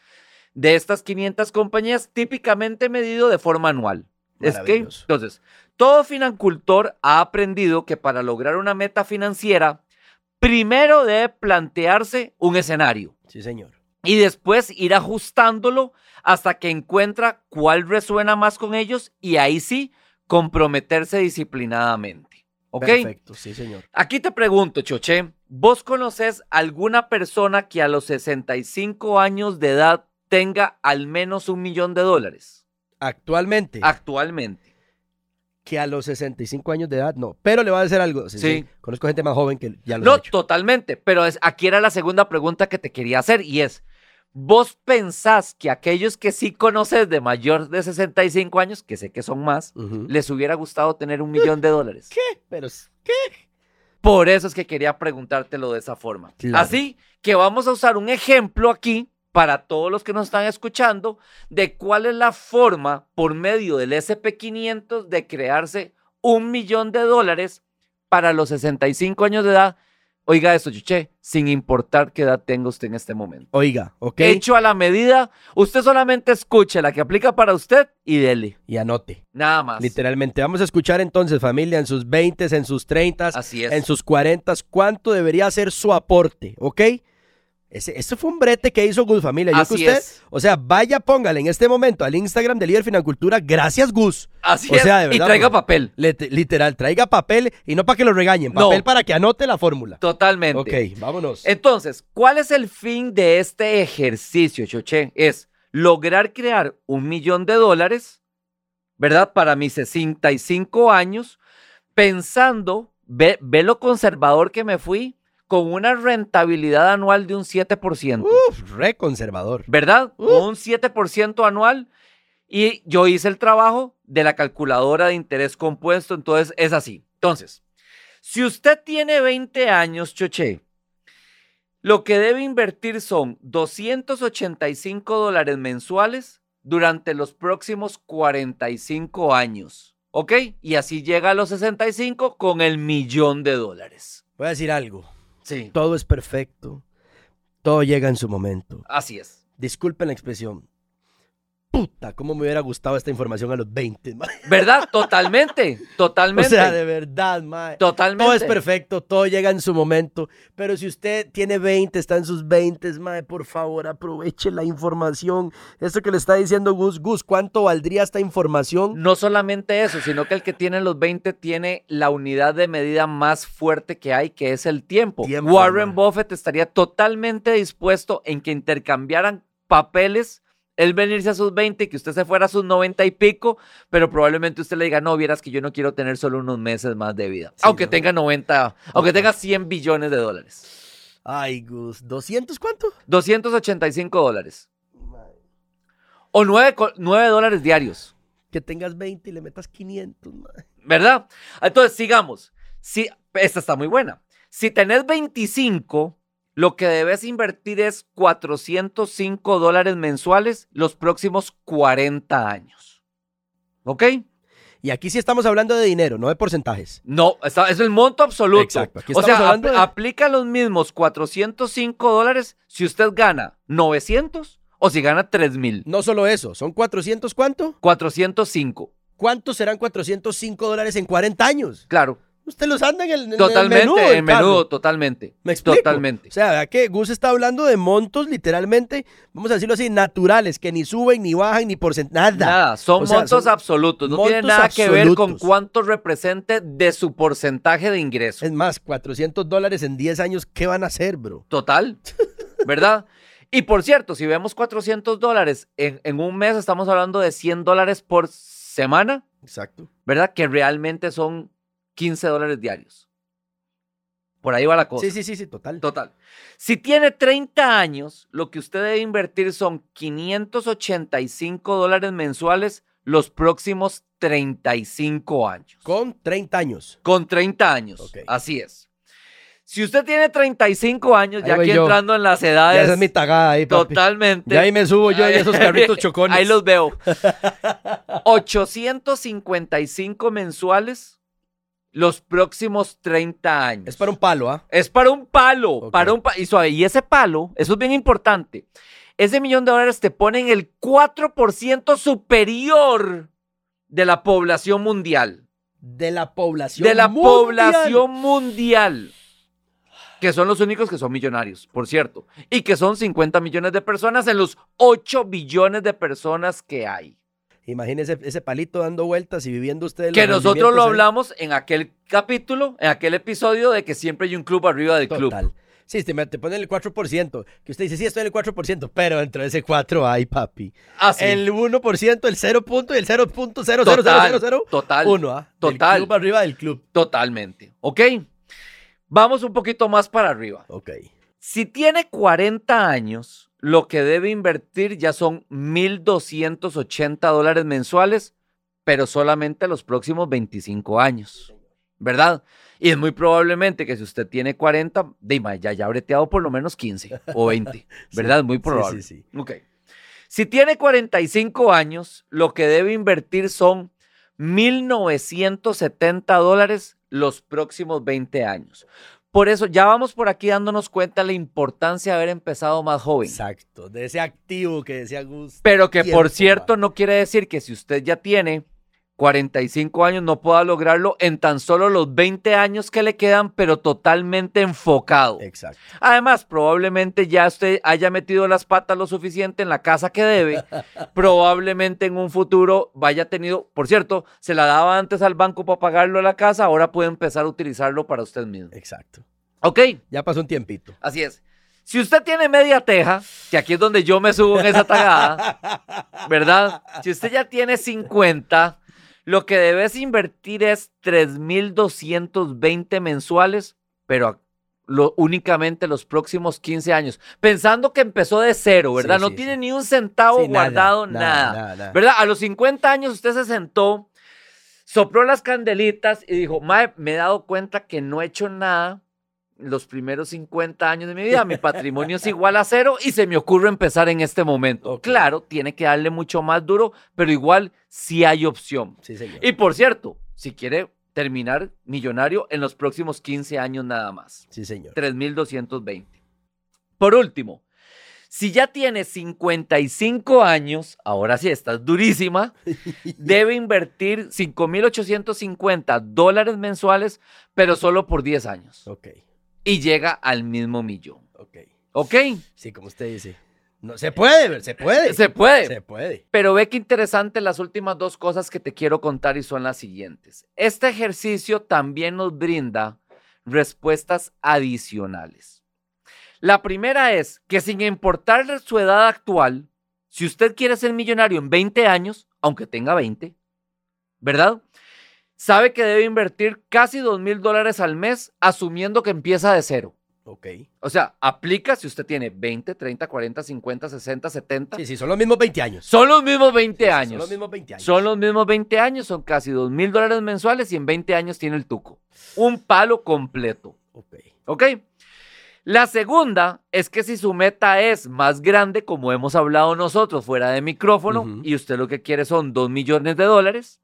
Speaker 2: de estas 500 compañías, típicamente medido de forma anual. Es que,
Speaker 1: Maravilloso.
Speaker 2: entonces, todo financultor ha aprendido que para lograr una meta financiera, primero debe plantearse un escenario
Speaker 1: Sí, señor.
Speaker 2: y después ir ajustándolo hasta que encuentra cuál resuena más con ellos y ahí sí comprometerse disciplinadamente. ¿Ok?
Speaker 1: Perfecto, sí, señor.
Speaker 2: Aquí te pregunto, Choche, ¿vos conoces alguna persona que a los 65 años de edad tenga al menos un millón de dólares
Speaker 1: Actualmente,
Speaker 2: Ah. actualmente?
Speaker 1: que a los 65 años de edad, no. Pero le voy a decir algo. Sí.
Speaker 2: Sí.
Speaker 1: sí. Conozco gente más joven que ya lo
Speaker 2: No,
Speaker 1: ha hecho.
Speaker 2: totalmente, pero es, aquí era la segunda pregunta que te quería hacer y es, ¿vos pensás que aquellos que sí conoces de mayor de 65 años, que sé que son más,
Speaker 1: Ujú.
Speaker 2: les hubiera gustado tener un millón de dólares?
Speaker 1: Pero,
Speaker 2: Por eso es que quería preguntártelo de esa forma.
Speaker 1: Claro.
Speaker 2: Así que vamos a usar un ejemplo aquí para todos los que nos están escuchando de cuál es la forma por medio del SP500 de crearse un millón de dólares para los 65 años de edad. Oiga eso, Chuché, sin importar qué edad tenga usted en este momento.
Speaker 1: oiga, ¿ok?
Speaker 2: Hecho a la medida, usted solamente escuche la que aplica para usted y dele.
Speaker 1: Y anote.
Speaker 2: Nada más.
Speaker 1: Literalmente. Vamos a escuchar entonces, familia, en sus 20, en sus 30,
Speaker 2: Así es.
Speaker 1: en sus 40, cuánto debería ser su aporte, ¿ok? Ese, ese fue un brete que hizo Gus Familia. Yo
Speaker 2: Así
Speaker 1: que usted,
Speaker 2: es.
Speaker 1: o sea, vaya, póngale en este momento al Instagram de Líder Financultura. Gracias, Gus.
Speaker 2: Así
Speaker 1: o
Speaker 2: es.
Speaker 1: sea, de verdad,
Speaker 2: y traiga
Speaker 1: pues,
Speaker 2: papel.
Speaker 1: Le- literal, traiga papel y no para que lo regañen,
Speaker 2: No.
Speaker 1: papel para que anote la fórmula.
Speaker 2: Totalmente.
Speaker 1: Ok, vámonos.
Speaker 2: Entonces, ¿cuál es el fin de este ejercicio, Choche? Es lograr crear un millón de dólares, ¿verdad? Para mis 65 años, pensando, ve, ve lo conservador que me fui, con una rentabilidad anual de un 7%,
Speaker 1: Uf, re conservador.
Speaker 2: ¿verdad?
Speaker 1: uh.
Speaker 2: Un 7% anual. Y yo hice el trabajo de la calculadora de interés compuesto, entonces es así. Entonces, si usted tiene 20 años, Choche, Lo que debe invertir son 285 dólares mensuales durante los próximos 45 años. ¿Ok? Y así llega a los 65 con el millón de dólares.
Speaker 1: Voy a decir algo.
Speaker 2: Sí.
Speaker 1: Todo es perfecto. Todo llega en su momento.
Speaker 2: Así es.
Speaker 1: Disculpen la expresión. Puta, cómo me hubiera gustado esta información a los 20, (laughs) mae.
Speaker 2: ¿Verdad? Totalmente.
Speaker 1: (laughs) O
Speaker 2: Totalmente.
Speaker 1: sea, de verdad, mae.
Speaker 2: totalmente.
Speaker 1: Todo es perfecto, todo llega en su momento. Pero si usted tiene 20, está en sus 20, mae, por favor, aproveche la información. Esto que le está diciendo Gus, Gus, ¿cuánto valdría esta información?
Speaker 2: No solamente eso, sino que el que tiene los 20 tiene la unidad de medida más fuerte que hay, que es el tiempo.
Speaker 1: Tiempo,
Speaker 2: Warren
Speaker 1: man.
Speaker 2: Buffett estaría totalmente dispuesto en que intercambiaran papeles, él venirse a sus 20 y que usted se fuera a sus 90 y pico, pero probablemente usted le diga, no, vieras que yo no quiero tener solo unos meses más de vida, aunque
Speaker 1: no.
Speaker 2: tenga 90, aunque tenga 100 billones de dólares.
Speaker 1: Ay, Gus, ¿200 cuánto?
Speaker 2: 285 dólares. O 9, dólares diarios.
Speaker 1: Que tengas 20 y le metas 500, mae.
Speaker 2: ¿Verdad? Entonces, sigamos. Si, esta está muy buena. Si tenés 25, lo que debes invertir es 405 dólares mensuales los próximos 40 años. ¿Ok?
Speaker 1: Y aquí sí estamos hablando de dinero, no de porcentajes.
Speaker 2: No, está- es el monto absoluto.
Speaker 1: Exacto, aquí
Speaker 2: O sea,
Speaker 1: estamos
Speaker 2: ap-
Speaker 1: hablando de-
Speaker 2: aplica los mismos 405 dólares si usted gana 900 o si gana 3000.
Speaker 1: No solo eso, ¿son 400 cuánto?
Speaker 2: 405,
Speaker 1: ¿Cuántos serán 405 dólares en 40 años?
Speaker 2: claro.
Speaker 1: Usted los anda en el, en el
Speaker 2: Totalmente,
Speaker 1: menú. del
Speaker 2: en menudo,
Speaker 1: carro.
Speaker 2: totalmente.
Speaker 1: ¿Me explico?
Speaker 2: Totalmente.
Speaker 1: O sea, ¿verdad que Gus está hablando de montos literalmente, vamos a decirlo así, naturales, que ni suben, ni bajan, ni porcentaje, nada.
Speaker 2: Nada, son
Speaker 1: O sea,
Speaker 2: montos
Speaker 1: son
Speaker 2: absolutos. No tiene
Speaker 1: montos
Speaker 2: nada que ver con
Speaker 1: absolutos.
Speaker 2: cuánto represente de su porcentaje de ingreso.
Speaker 1: Es más, 400 dólares en 10 años, ¿qué van a hacer, bro? (laughs)
Speaker 2: Total, ¿verdad? Y por cierto, si vemos 400 dólares en, en un mes, estamos hablando de 100 dólares por semana,
Speaker 1: Exacto.
Speaker 2: ¿verdad? Que realmente son 15 dólares diarios. Por ahí va la cosa.
Speaker 1: Sí, sí, sí, sí, total.
Speaker 2: Total. Si tiene 30 años, lo que usted debe invertir son 585 dólares mensuales los próximos 35 años.
Speaker 1: Con 30 años.
Speaker 2: Con 30 años.
Speaker 1: Ok.
Speaker 2: Así es. Si usted tiene 35 años,
Speaker 1: Ahí
Speaker 2: ya
Speaker 1: voy
Speaker 2: aquí
Speaker 1: yo.
Speaker 2: entrando en las
Speaker 1: Ya
Speaker 2: edades
Speaker 1: esa es mi tagada ahí, papi.
Speaker 2: totalmente.
Speaker 1: Ya ahí me subo yo en esos
Speaker 2: (laughs)
Speaker 1: carritos chocones.
Speaker 2: Ahí
Speaker 1: (laughs)
Speaker 2: los veo. 855 mensuales los próximos 30 años.
Speaker 1: Es para un palo, ¿ah?
Speaker 2: Es para un palo,
Speaker 1: Ok.
Speaker 2: para un pa- y suave, y ese palo, eso es bien importante. Ese millón de dólares te ponen el 4% superior de la población mundial,
Speaker 1: De la población
Speaker 2: de la
Speaker 1: mundial.
Speaker 2: población mundial, que son los únicos que son millonarios, por cierto, y que son 50 millones de personas en los 8 billones de personas que hay.
Speaker 1: Imagínese ese palito dando vueltas y viviendo usted. los
Speaker 2: Que nosotros lo
Speaker 1: rendimientos ¿eh? ahí.
Speaker 2: hablamos en aquel capítulo, en aquel episodio de que siempre hay un club arriba del club.
Speaker 1: Total. Sí, te, te ponen el 4%, que usted dice, sí, estoy en el 4%, pero dentro de ese 4 hay, papi.
Speaker 2: Así.
Speaker 1: El 1%, el 0 punto y el 0.0000001,
Speaker 2: Total, total,
Speaker 1: ¿ah?
Speaker 2: total.
Speaker 1: Del club arriba del club.
Speaker 2: Totalmente. ¿Ok? Vamos un poquito más para arriba.
Speaker 1: Ok.
Speaker 2: Si tiene 40 años, lo que debe invertir ya son 1.280 dólares mensuales, pero solamente los próximos 25 años. ¿Verdad? Y es muy probablemente que si usted tiene 40, de ima, ya ya ha breteado por lo menos 15 o 20.
Speaker 1: (laughs)
Speaker 2: ¿Verdad?
Speaker 1: Sí,
Speaker 2: muy
Speaker 1: sí,
Speaker 2: probable.
Speaker 1: sí, sí.
Speaker 2: Ok. Si tiene 45 años, lo que debe invertir son 1.970 dólares los próximos 20 años. Por eso ya vamos por aquí dándonos cuenta la importancia de haber empezado más joven.
Speaker 1: Exacto. De ese activo que decía Gus.
Speaker 2: Pero que
Speaker 1: Tiempo,
Speaker 2: por cierto no quiere decir que si usted ya tiene 45 años no pueda lograrlo en tan solo los 20 años que le quedan, pero totalmente enfocado.
Speaker 1: Exacto.
Speaker 2: Además, probablemente ya usted haya metido las patas lo suficiente en la casa que debe. Probablemente en un futuro vaya tenido, por cierto, se la daba antes al banco para pagarlo a la casa, ahora puede empezar a utilizarlo para usted mismo.
Speaker 1: Exacto.
Speaker 2: ¿Ok?
Speaker 1: Ya pasó un tiempito.
Speaker 2: Así es. Si usted tiene media teja, que aquí es donde yo me subo en
Speaker 1: (laughs)
Speaker 2: esa tagada, ¿verdad? Si usted ya tiene 50, lo que debes invertir es 3.220 mensuales, pero a- lo, únicamente los próximos 15 años. Pensando que empezó de cero, ¿verdad?
Speaker 1: Sí,
Speaker 2: no
Speaker 1: sí,
Speaker 2: tiene
Speaker 1: sí.
Speaker 2: ni un centavo
Speaker 1: Sí, nada,
Speaker 2: guardado,
Speaker 1: nada,
Speaker 2: nada.
Speaker 1: nada, nada.
Speaker 2: ¿Verdad? A los 50 años usted se sentó, sopló las candelitas y dijo, Mae, me he dado cuenta que no he hecho nada los primeros 50 años de mi vida, mi patrimonio es igual a cero y se me ocurre empezar en este momento. Claro, tiene que darle mucho más duro, pero igual sí hay opción.
Speaker 1: Sí, señor.
Speaker 2: Y por cierto, si quiere terminar millonario en los próximos 15 años nada más.
Speaker 1: Sí, señor.
Speaker 2: 3.220. Por último, si ya tienes 55 años, ahora sí estás durísima, debe invertir 5.850 dólares mensuales, pero solo por 10 años.
Speaker 1: Ok,
Speaker 2: Y llega al mismo millón.
Speaker 1: ok.
Speaker 2: ¿Ok?
Speaker 1: Sí, como usted dice. No, se puede, se puede.
Speaker 2: Se puede.
Speaker 1: Se puede.
Speaker 2: Pero ve qué interesante las últimas dos cosas que te quiero contar y son las siguientes. Este ejercicio también nos brinda respuestas adicionales. La primera es que sin importar su edad actual, si usted quiere ser millonario en 20 años, aunque tenga 20, ¿verdad? Sabe que debe invertir casi 2 mil dólares al mes asumiendo que empieza de cero.
Speaker 1: Ok.
Speaker 2: O sea, aplica si usted tiene 20, 30, 40, 50, 60, 70.
Speaker 1: Sí, sí, son los mismos 20 años.
Speaker 2: Son los mismos 20
Speaker 1: Sí, sí,
Speaker 2: años.
Speaker 1: Son los mismos 20 años.
Speaker 2: Son los mismos 20 años, son casi 2 mil dólares mensuales y en 20 años tiene el tuco. Un palo completo.
Speaker 1: Ok.
Speaker 2: ¿Ok? La segunda es que si su meta es más grande, como hemos hablado nosotros fuera de micrófono,
Speaker 1: Ujú.
Speaker 2: y usted lo que quiere son 2 millones de dólares,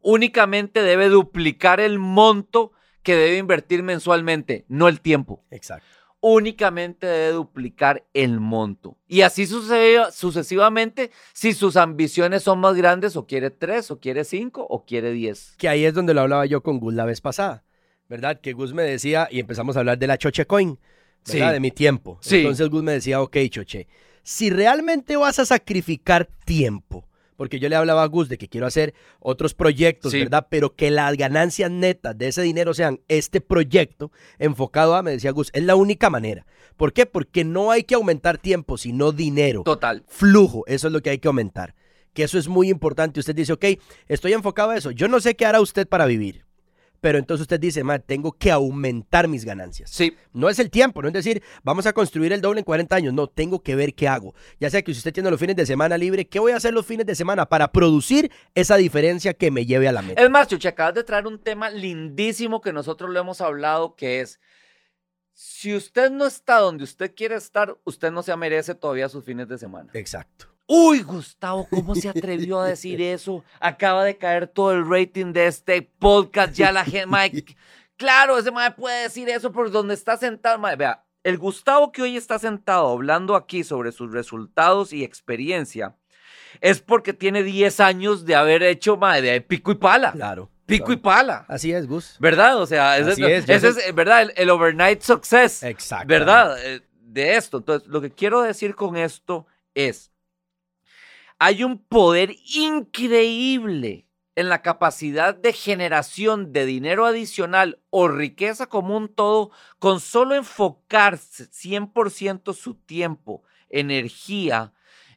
Speaker 2: únicamente debe duplicar el monto que debe invertir mensualmente, no el tiempo
Speaker 1: Exacto.
Speaker 2: únicamente debe duplicar el monto. Y así sucede- sucesivamente si sus ambiciones son más grandes o quiere tres o quiere cinco o quiere diez.
Speaker 1: Que ahí es donde lo hablaba yo con Gus la vez pasada, ¿verdad? Que Gus me decía, y empezamos a hablar de la Choche Coin, ¿verdad?
Speaker 2: Sí.
Speaker 1: De mi tiempo.
Speaker 2: Sí.
Speaker 1: Entonces Gus me decía, ok, Choche, si realmente vas a sacrificar tiempo, porque yo le hablaba a Gus de que quiero hacer otros proyectos,
Speaker 2: Sí.
Speaker 1: ¿verdad? Pero que las ganancias netas de ese dinero sean este proyecto enfocado a, me decía Gus, es la única manera. ¿Por qué? Porque no hay que aumentar tiempo, sino dinero
Speaker 2: Total.
Speaker 1: flujo, eso es lo que hay que aumentar. Que eso es muy importante. Usted dice, ok, estoy enfocado a eso. Yo no sé qué hará usted para vivir. Pero entonces usted dice, ma, tengo que aumentar mis ganancias.
Speaker 2: Sí,
Speaker 1: No es el tiempo, no es decir, vamos a construir el doble en 40 años. No, tengo que ver qué hago. Ya sea que si usted tiene los fines de semana libre, ¿qué voy a hacer los fines de semana para producir esa diferencia que me lleve a la meta?
Speaker 2: Es más, Chuchi, acabas de traer un tema lindísimo que nosotros lo hemos hablado, que es, si usted no está donde usted quiere estar, usted no se merece todavía sus fines de semana.
Speaker 1: Exacto.
Speaker 2: Uy, Gustavo, ¿cómo se atrevió a decir eso? Acaba de caer todo el rating de este podcast, ya la gente, mae, Claro, ese mae puede decir eso por donde está sentado, mae. Vea, el Gustavo que hoy está sentado hablando aquí sobre sus resultados y experiencia es porque tiene 10 años de haber hecho, mae, de pico y pala.
Speaker 1: Claro.
Speaker 2: Pico y pala.
Speaker 1: Así es, Gus.
Speaker 2: ¿Verdad? O sea, ese,
Speaker 1: Así es, yo
Speaker 2: ese
Speaker 1: soy-
Speaker 2: es, eh, ¿verdad? El, el overnight success.
Speaker 1: Exacto.
Speaker 2: ¿Verdad? Eh, De esto. Entonces, lo que quiero decir con esto es, hay un poder increíble en la capacidad de generación de dinero adicional o riqueza como un todo con solo enfocarse 100% su tiempo, energía,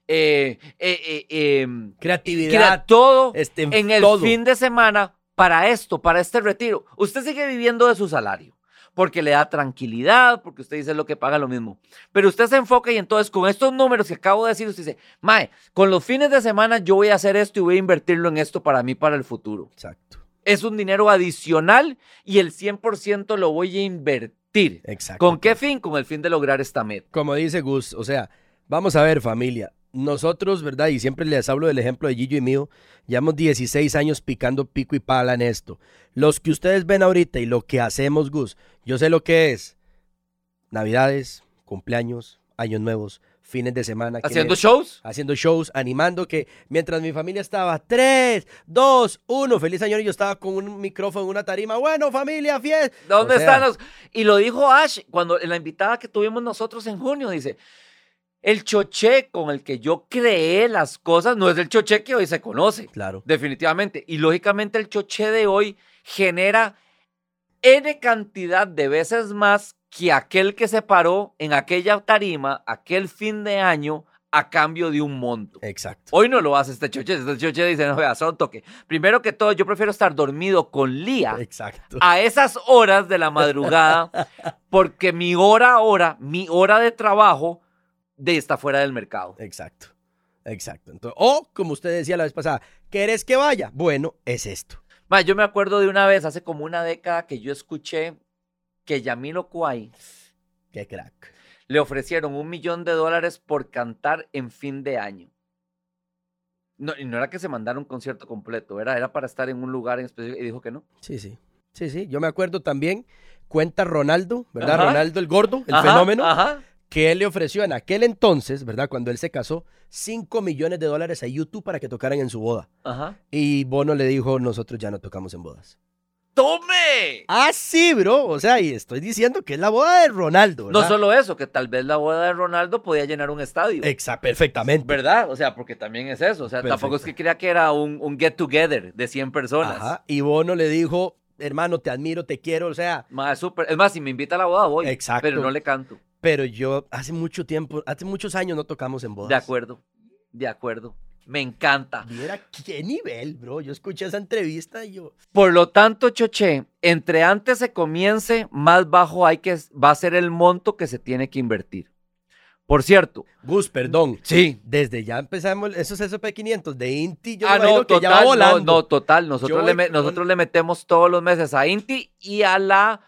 Speaker 2: eh, eh, eh, em,
Speaker 1: Creatividad.
Speaker 2: crea- todo
Speaker 1: este,
Speaker 2: en el
Speaker 1: todo.
Speaker 2: fin de semana para esto, para este retiro. Usted sigue viviendo de su salario porque le da tranquilidad, porque usted dice lo que paga lo mismo. Pero usted se enfoca y entonces con estos números que acabo de decir, usted dice, Mae, con los fines de semana yo voy a hacer esto y voy a invertirlo en esto para mí, para el futuro.
Speaker 1: Exacto.
Speaker 2: Es un dinero adicional y el 100% lo voy a invertir.
Speaker 1: Exacto.
Speaker 2: ¿Con qué fin? Con el fin de lograr esta meta.
Speaker 1: Como dice Gus, o sea, vamos a ver familia, nosotros, ¿verdad? Y siempre les hablo del ejemplo de Gillo y mío, llevamos 16 años picando pico y pala en esto. Los que ustedes ven ahorita y lo que hacemos, Gus, yo sé lo que es. Navidades, cumpleaños, años nuevos, fines de semana. que
Speaker 2: Haciendo
Speaker 1: le-
Speaker 2: shows.
Speaker 1: haciendo shows, animando que mientras mi familia estaba 3, 2, 1, feliz año, y yo estaba con un micrófono en una tarima. Bueno, familia, fiesta.
Speaker 2: ¿Dónde
Speaker 1: O sea,
Speaker 2: están los? Y lo dijo Ash cuando en la invitada que tuvimos nosotros en junio, dice, el choché con el que yo creé las cosas no es el choché que hoy se conoce,
Speaker 1: Claro.
Speaker 2: definitivamente. Y lógicamente el choché de hoy genera N cantidad de veces más que aquel que se paró en aquella tarima, aquel fin de año, a cambio de un monto.
Speaker 1: Exacto.
Speaker 2: Hoy no lo hace este choché, este choché dice, no, vea, solo toque. Primero que todo, yo prefiero estar dormido con Lía
Speaker 1: Exacto.
Speaker 2: (laughs) a esas horas de la madrugada porque mi hora ahora, mi hora de trabajo, de está fuera del mercado.
Speaker 1: Exacto. Exacto. Entonces, o, como usted decía la vez pasada, ¿querés que vaya? Bueno, es esto.
Speaker 2: Ma, yo me acuerdo de una vez, hace como una década, que yo escuché que Yamilo Kwai
Speaker 1: Qué crack.
Speaker 2: le ofrecieron un millón de dólares por cantar en fin de año. No, y no era que se mandara un concierto completo, era, era para estar en un lugar en específico y dijo que no.
Speaker 1: Sí, sí. Sí, sí. Yo me acuerdo también, cuenta Ronaldo, ¿verdad?
Speaker 2: Ajá.
Speaker 1: Ronaldo el gordo, el
Speaker 2: Ajá,
Speaker 1: fenómeno,
Speaker 2: Ajá.
Speaker 1: que él le ofreció en aquel entonces, ¿verdad? Cuando él se casó, 5 millones de dólares a YouTube para que tocaran en su boda.
Speaker 2: Ajá.
Speaker 1: Y Bono le dijo, nosotros ya no tocamos en bodas.
Speaker 2: ¡Tome!
Speaker 1: Ah, sí, bro. O sea, y estoy diciendo que es la boda de Ronaldo,
Speaker 2: No
Speaker 1: ¿verdad?
Speaker 2: solo eso, que tal vez la boda de Ronaldo podía llenar un estadio.
Speaker 1: Exa- perfectamente.
Speaker 2: ¿Verdad? O sea, porque también es eso. O sea, tampoco es que
Speaker 1: Perfecto.
Speaker 2: crea que era un, un get together de 100 personas.
Speaker 1: Ajá. Y Bono le dijo, hermano, te admiro, te quiero, o sea,
Speaker 2: Más súper. Es más, si me invita a la boda voy.
Speaker 1: Exacto.
Speaker 2: Pero no le canto.
Speaker 1: pero yo hace mucho tiempo, hace muchos años no tocamos en bodas.
Speaker 2: De acuerdo. De acuerdo. Me encanta.
Speaker 1: Viera qué nivel, bro. Yo escuché esa entrevista y yo.
Speaker 2: Por lo tanto, Choche, entre antes se comience, más bajo hay que va a ser el monto que se tiene que invertir. Por cierto.
Speaker 1: Gus, perdón.
Speaker 2: Sí.
Speaker 1: Desde ya empezamos esos SP500 de Inti. Yo
Speaker 2: ah,
Speaker 1: me imagino
Speaker 2: no,
Speaker 1: que ya va
Speaker 2: total, no,
Speaker 1: volando.
Speaker 2: no, total. Nosotros,
Speaker 1: Yo
Speaker 2: le,
Speaker 1: voy
Speaker 2: me-
Speaker 1: con-
Speaker 2: nosotros le metemos todos los meses a Inti y a la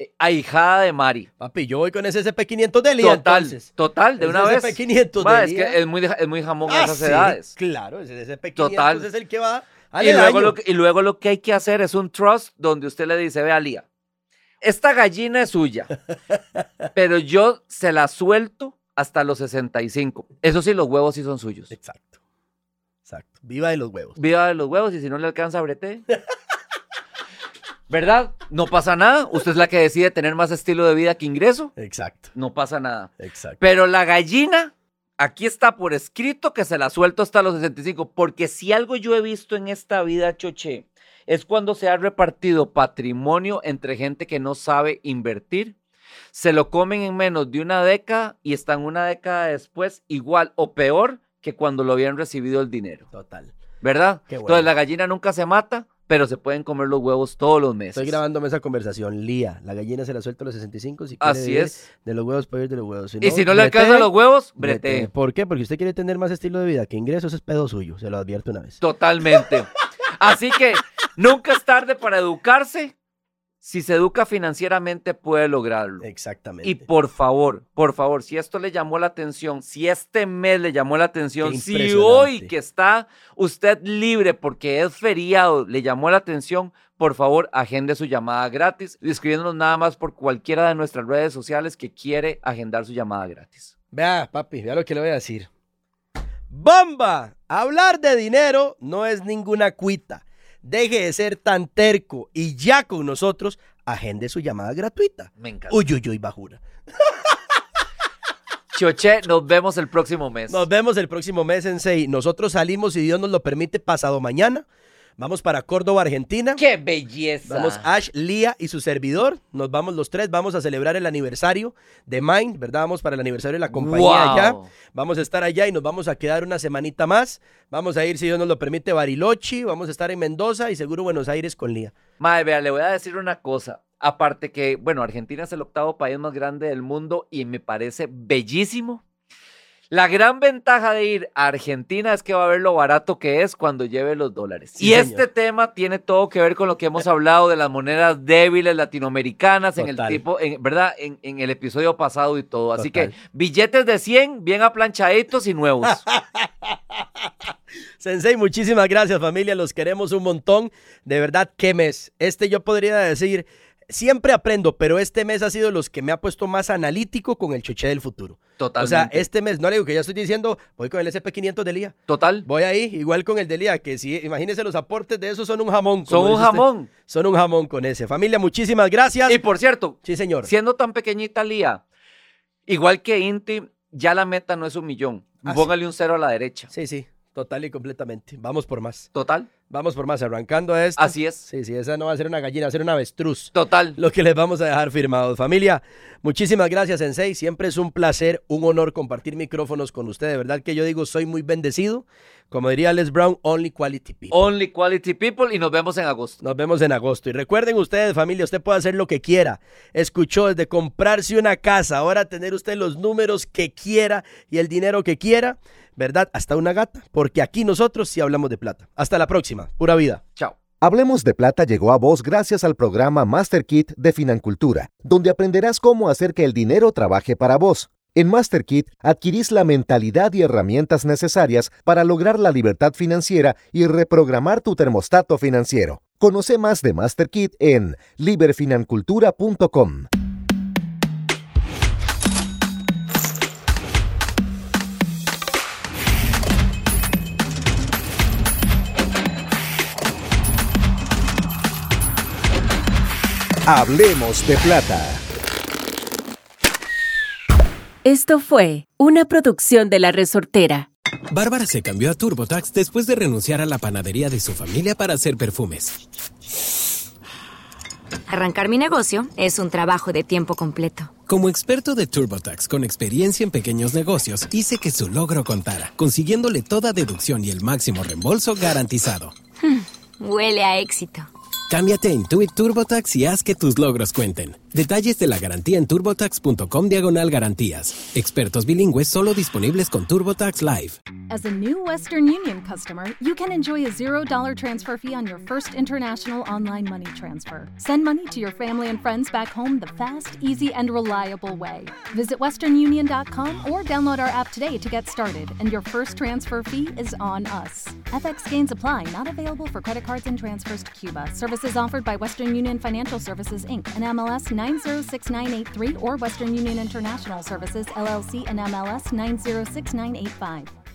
Speaker 2: eh, ahijada de Mari.
Speaker 1: Papi, yo voy con ese SP500 de Lía.
Speaker 2: Total,
Speaker 1: entonces.
Speaker 2: total, de
Speaker 1: Ese
Speaker 2: una vez.
Speaker 1: SP500
Speaker 2: Ma,
Speaker 1: de
Speaker 2: es
Speaker 1: Lía.
Speaker 2: que es muy, deja- es muy jamón a
Speaker 1: Ah,
Speaker 2: esas
Speaker 1: sí,
Speaker 2: edades.
Speaker 1: Claro, ese SP500
Speaker 2: Total.
Speaker 1: es el que va al
Speaker 2: Y luego,
Speaker 1: año.
Speaker 2: lo que, y luego lo que hay que hacer es un trust donde usted le dice, vea, Lía, esta gallina
Speaker 1: (laughs)
Speaker 2: es suya, pero yo se la suelto hasta los 65. Eso sí, los huevos sí son suyos.
Speaker 1: Exacto. Exacto. Viva de los huevos.
Speaker 2: Viva de los huevos y si no le alcanza, brete. ¿Verdad? No pasa nada. Usted es la que decide tener más estilo de vida que ingreso.
Speaker 1: Exacto.
Speaker 2: No pasa nada.
Speaker 1: Exacto.
Speaker 2: Pero la gallina, aquí está por escrito que se la suelto hasta los 65, porque si algo yo he visto en esta vida, Choche, es cuando se ha repartido patrimonio entre gente que no sabe invertir, se lo comen en menos de una década y están una década después igual o peor que cuando lo habían recibido el dinero,
Speaker 1: Total.
Speaker 2: ¿verdad?
Speaker 1: Qué bueno.
Speaker 2: Entonces la gallina nunca se mata, pero se pueden comer los huevos todos los meses.
Speaker 1: Estoy grabándome esa conversación. Lía, la gallina se la suelta a los 65. Si quiere
Speaker 2: Así
Speaker 1: vivir
Speaker 2: es.
Speaker 1: De los huevos, puede ir de los huevos.
Speaker 2: Y si no le
Speaker 1: brete,
Speaker 2: alcanzan los huevos,
Speaker 1: brete.
Speaker 2: brete.
Speaker 1: ¿Por qué? Porque usted quiere tener más estilo de vida que ingresos, es pedo suyo. Se lo advierto una vez.
Speaker 2: Totalmente. Así que nunca es tarde para educarse. Si se educa financieramente, puede lograrlo.
Speaker 1: Exactamente.
Speaker 2: Y por favor, por favor, si esto le llamó la atención, si este mes le llamó la atención,
Speaker 1: Qué
Speaker 2: si hoy
Speaker 1: impresionante.
Speaker 2: que está usted libre porque es feriado, le llamó la atención, por favor, agende su llamada gratis, escribiéndonos nada más por cualquiera de nuestras redes sociales que quiere agendar su llamada gratis.
Speaker 1: Vea, papi, vea lo que le voy a decir. ¡Bomba! Hablar de dinero no es ninguna cuita. Deje de ser tan terco y ya con nosotros agende su llamada gratuita.
Speaker 2: Me encanta.
Speaker 1: Uy, uy, uy, bajura.
Speaker 2: Choche, nos vemos el próximo mes.
Speaker 1: Nos vemos el próximo mes, Sensei. Nosotros salimos, si Dios nos lo permite, pasado mañana. Vamos para Córdoba, Argentina.
Speaker 2: ¡Qué belleza!
Speaker 1: Vamos Ash, Lía y su servidor. Nos vamos los tres. Vamos a celebrar el aniversario de Mind, ¿verdad? Vamos para el aniversario de la compañía
Speaker 2: Guau.
Speaker 1: allá. Vamos a estar allá y nos vamos a quedar una semanita más. Vamos a ir, si Dios nos lo permite, Bariloche. Vamos a estar en Mendoza y seguro Buenos Aires con Lía.
Speaker 2: Madre, vea, le voy a decir una cosa. Aparte que, bueno, Argentina es el octavo país más grande del mundo y me parece bellísimo. La gran ventaja de ir a Argentina es que va a ver lo barato que es cuando lleve los dólares.
Speaker 1: Sí,
Speaker 2: y
Speaker 1: señor.
Speaker 2: este tema tiene todo que ver con lo que hemos hablado de las monedas débiles latinoamericanas en el
Speaker 1: Total.
Speaker 2: tipo, en, ¿verdad? En, en el episodio pasado y todo. Así que
Speaker 1: Total.
Speaker 2: billetes de 100 bien aplanchaditos
Speaker 1: (laughs)
Speaker 2: y nuevos.
Speaker 1: Sensei, muchísimas gracias, familia. Los queremos un montón. De verdad, qué mes. Este yo podría decir, siempre aprendo, pero este mes ha sido los que me ha puesto más analítico con el choché del futuro.
Speaker 2: Totalmente.
Speaker 1: O sea, este mes, no le digo que ya estoy diciendo, voy con el SP500 de Lía.
Speaker 2: Total.
Speaker 1: Voy ahí, igual con el de Lía, que si, imagínense los aportes de esos son un jamón. como
Speaker 2: Son un
Speaker 1: dice usted.
Speaker 2: jamón.
Speaker 1: Son un jamón con ese. Familia, muchísimas gracias.
Speaker 2: Y por cierto,
Speaker 1: sí, señor.
Speaker 2: Siendo tan pequeñita Lía, igual que Inti, ya la meta no es un millón.
Speaker 1: Ah, sí.
Speaker 2: Póngale un cero a la derecha.
Speaker 1: Sí, sí, total y completamente. Vamos por más.
Speaker 2: Total,
Speaker 1: Vamos por más, arrancando esto.
Speaker 2: así es.
Speaker 1: Sí, sí, esa no va a ser una gallina, va a ser una avestruz.
Speaker 2: Total.
Speaker 1: Lo que les vamos a dejar firmados. Familia, muchísimas gracias, Sensei. Siempre es un placer, un honor compartir micrófonos con ustedes. De verdad que yo digo, soy muy bendecido. Como diría Les Brown, only quality people.
Speaker 2: Only quality people y nos vemos en agosto.
Speaker 1: Nos vemos en agosto. Y recuerden ustedes, familia, usted puede hacer lo que quiera. Escuchó desde comprarse una casa, ahora tener usted los números que quiera y el dinero que quiera, ¿verdad? Hasta una gata, porque aquí nosotros sí hablamos de plata. Hasta la próxima. Pura vida.
Speaker 2: Chao.
Speaker 5: Hablemos de Plata llegó a vos gracias al programa Master Kit de Financultura, donde aprenderás cómo hacer que el dinero trabaje para vos. En Master Kit adquirís la mentalidad y herramientas necesarias para lograr la libertad financiera y reprogramar tu termostato financiero. Conoce más de Master Kit en liberfinancultura.com. Hablemos de plata.
Speaker 6: Esto fue una producción de La Resortera.
Speaker 7: Bárbara se cambió a TurboTax después de renunciar a la panadería de su familia para hacer perfumes.
Speaker 8: Arrancar mi negocio es un trabajo de tiempo completo.
Speaker 7: Como experto de TurboTax con experiencia en pequeños negocios, hice que su logro contara, consiguiéndole toda deducción y el máximo reembolso garantizado.
Speaker 8: Huele a éxito.
Speaker 7: Cámbiate a Intuit TurboTax y haz que tus logros cuenten. Detalles de la garantía en turbotax.com diagonal garantías. Expertos bilingües solo disponibles con TurboTax Live.
Speaker 9: As a new Western Union customer, you can enjoy a $0 transfer fee on your first international online money transfer. Send money to your family and friends back home the fast, easy, and reliable way. Visit WesternUnion.com or download our app today to get started, and your first transfer fee is on us. FX gains apply, not available for credit cards and transfers to Cuba. Services offered by Western Union Financial Services, Inc., and MLS 906983, or Western Union International Services, LLC, and MLS 906985.